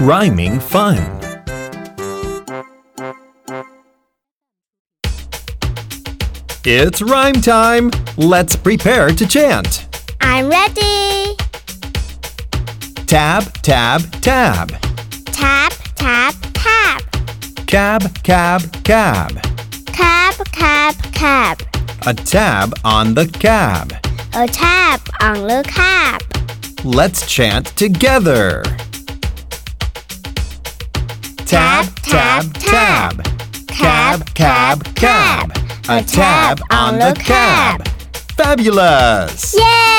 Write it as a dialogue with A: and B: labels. A: Rhyming fun. It's rhyme time. Let's prepare to chant.
B: I'm ready.
A: Tab, tab, tab.
B: Tap, tap, tap.
A: Cab, cab, cab.
B: Cab, cab, cab.
A: A tab on the cab.
B: A tap on the cab.
A: Let's chant together. Tab, tab, tab. Cab, cab, cab. A tab on the cab. Fabulous!
B: Yay!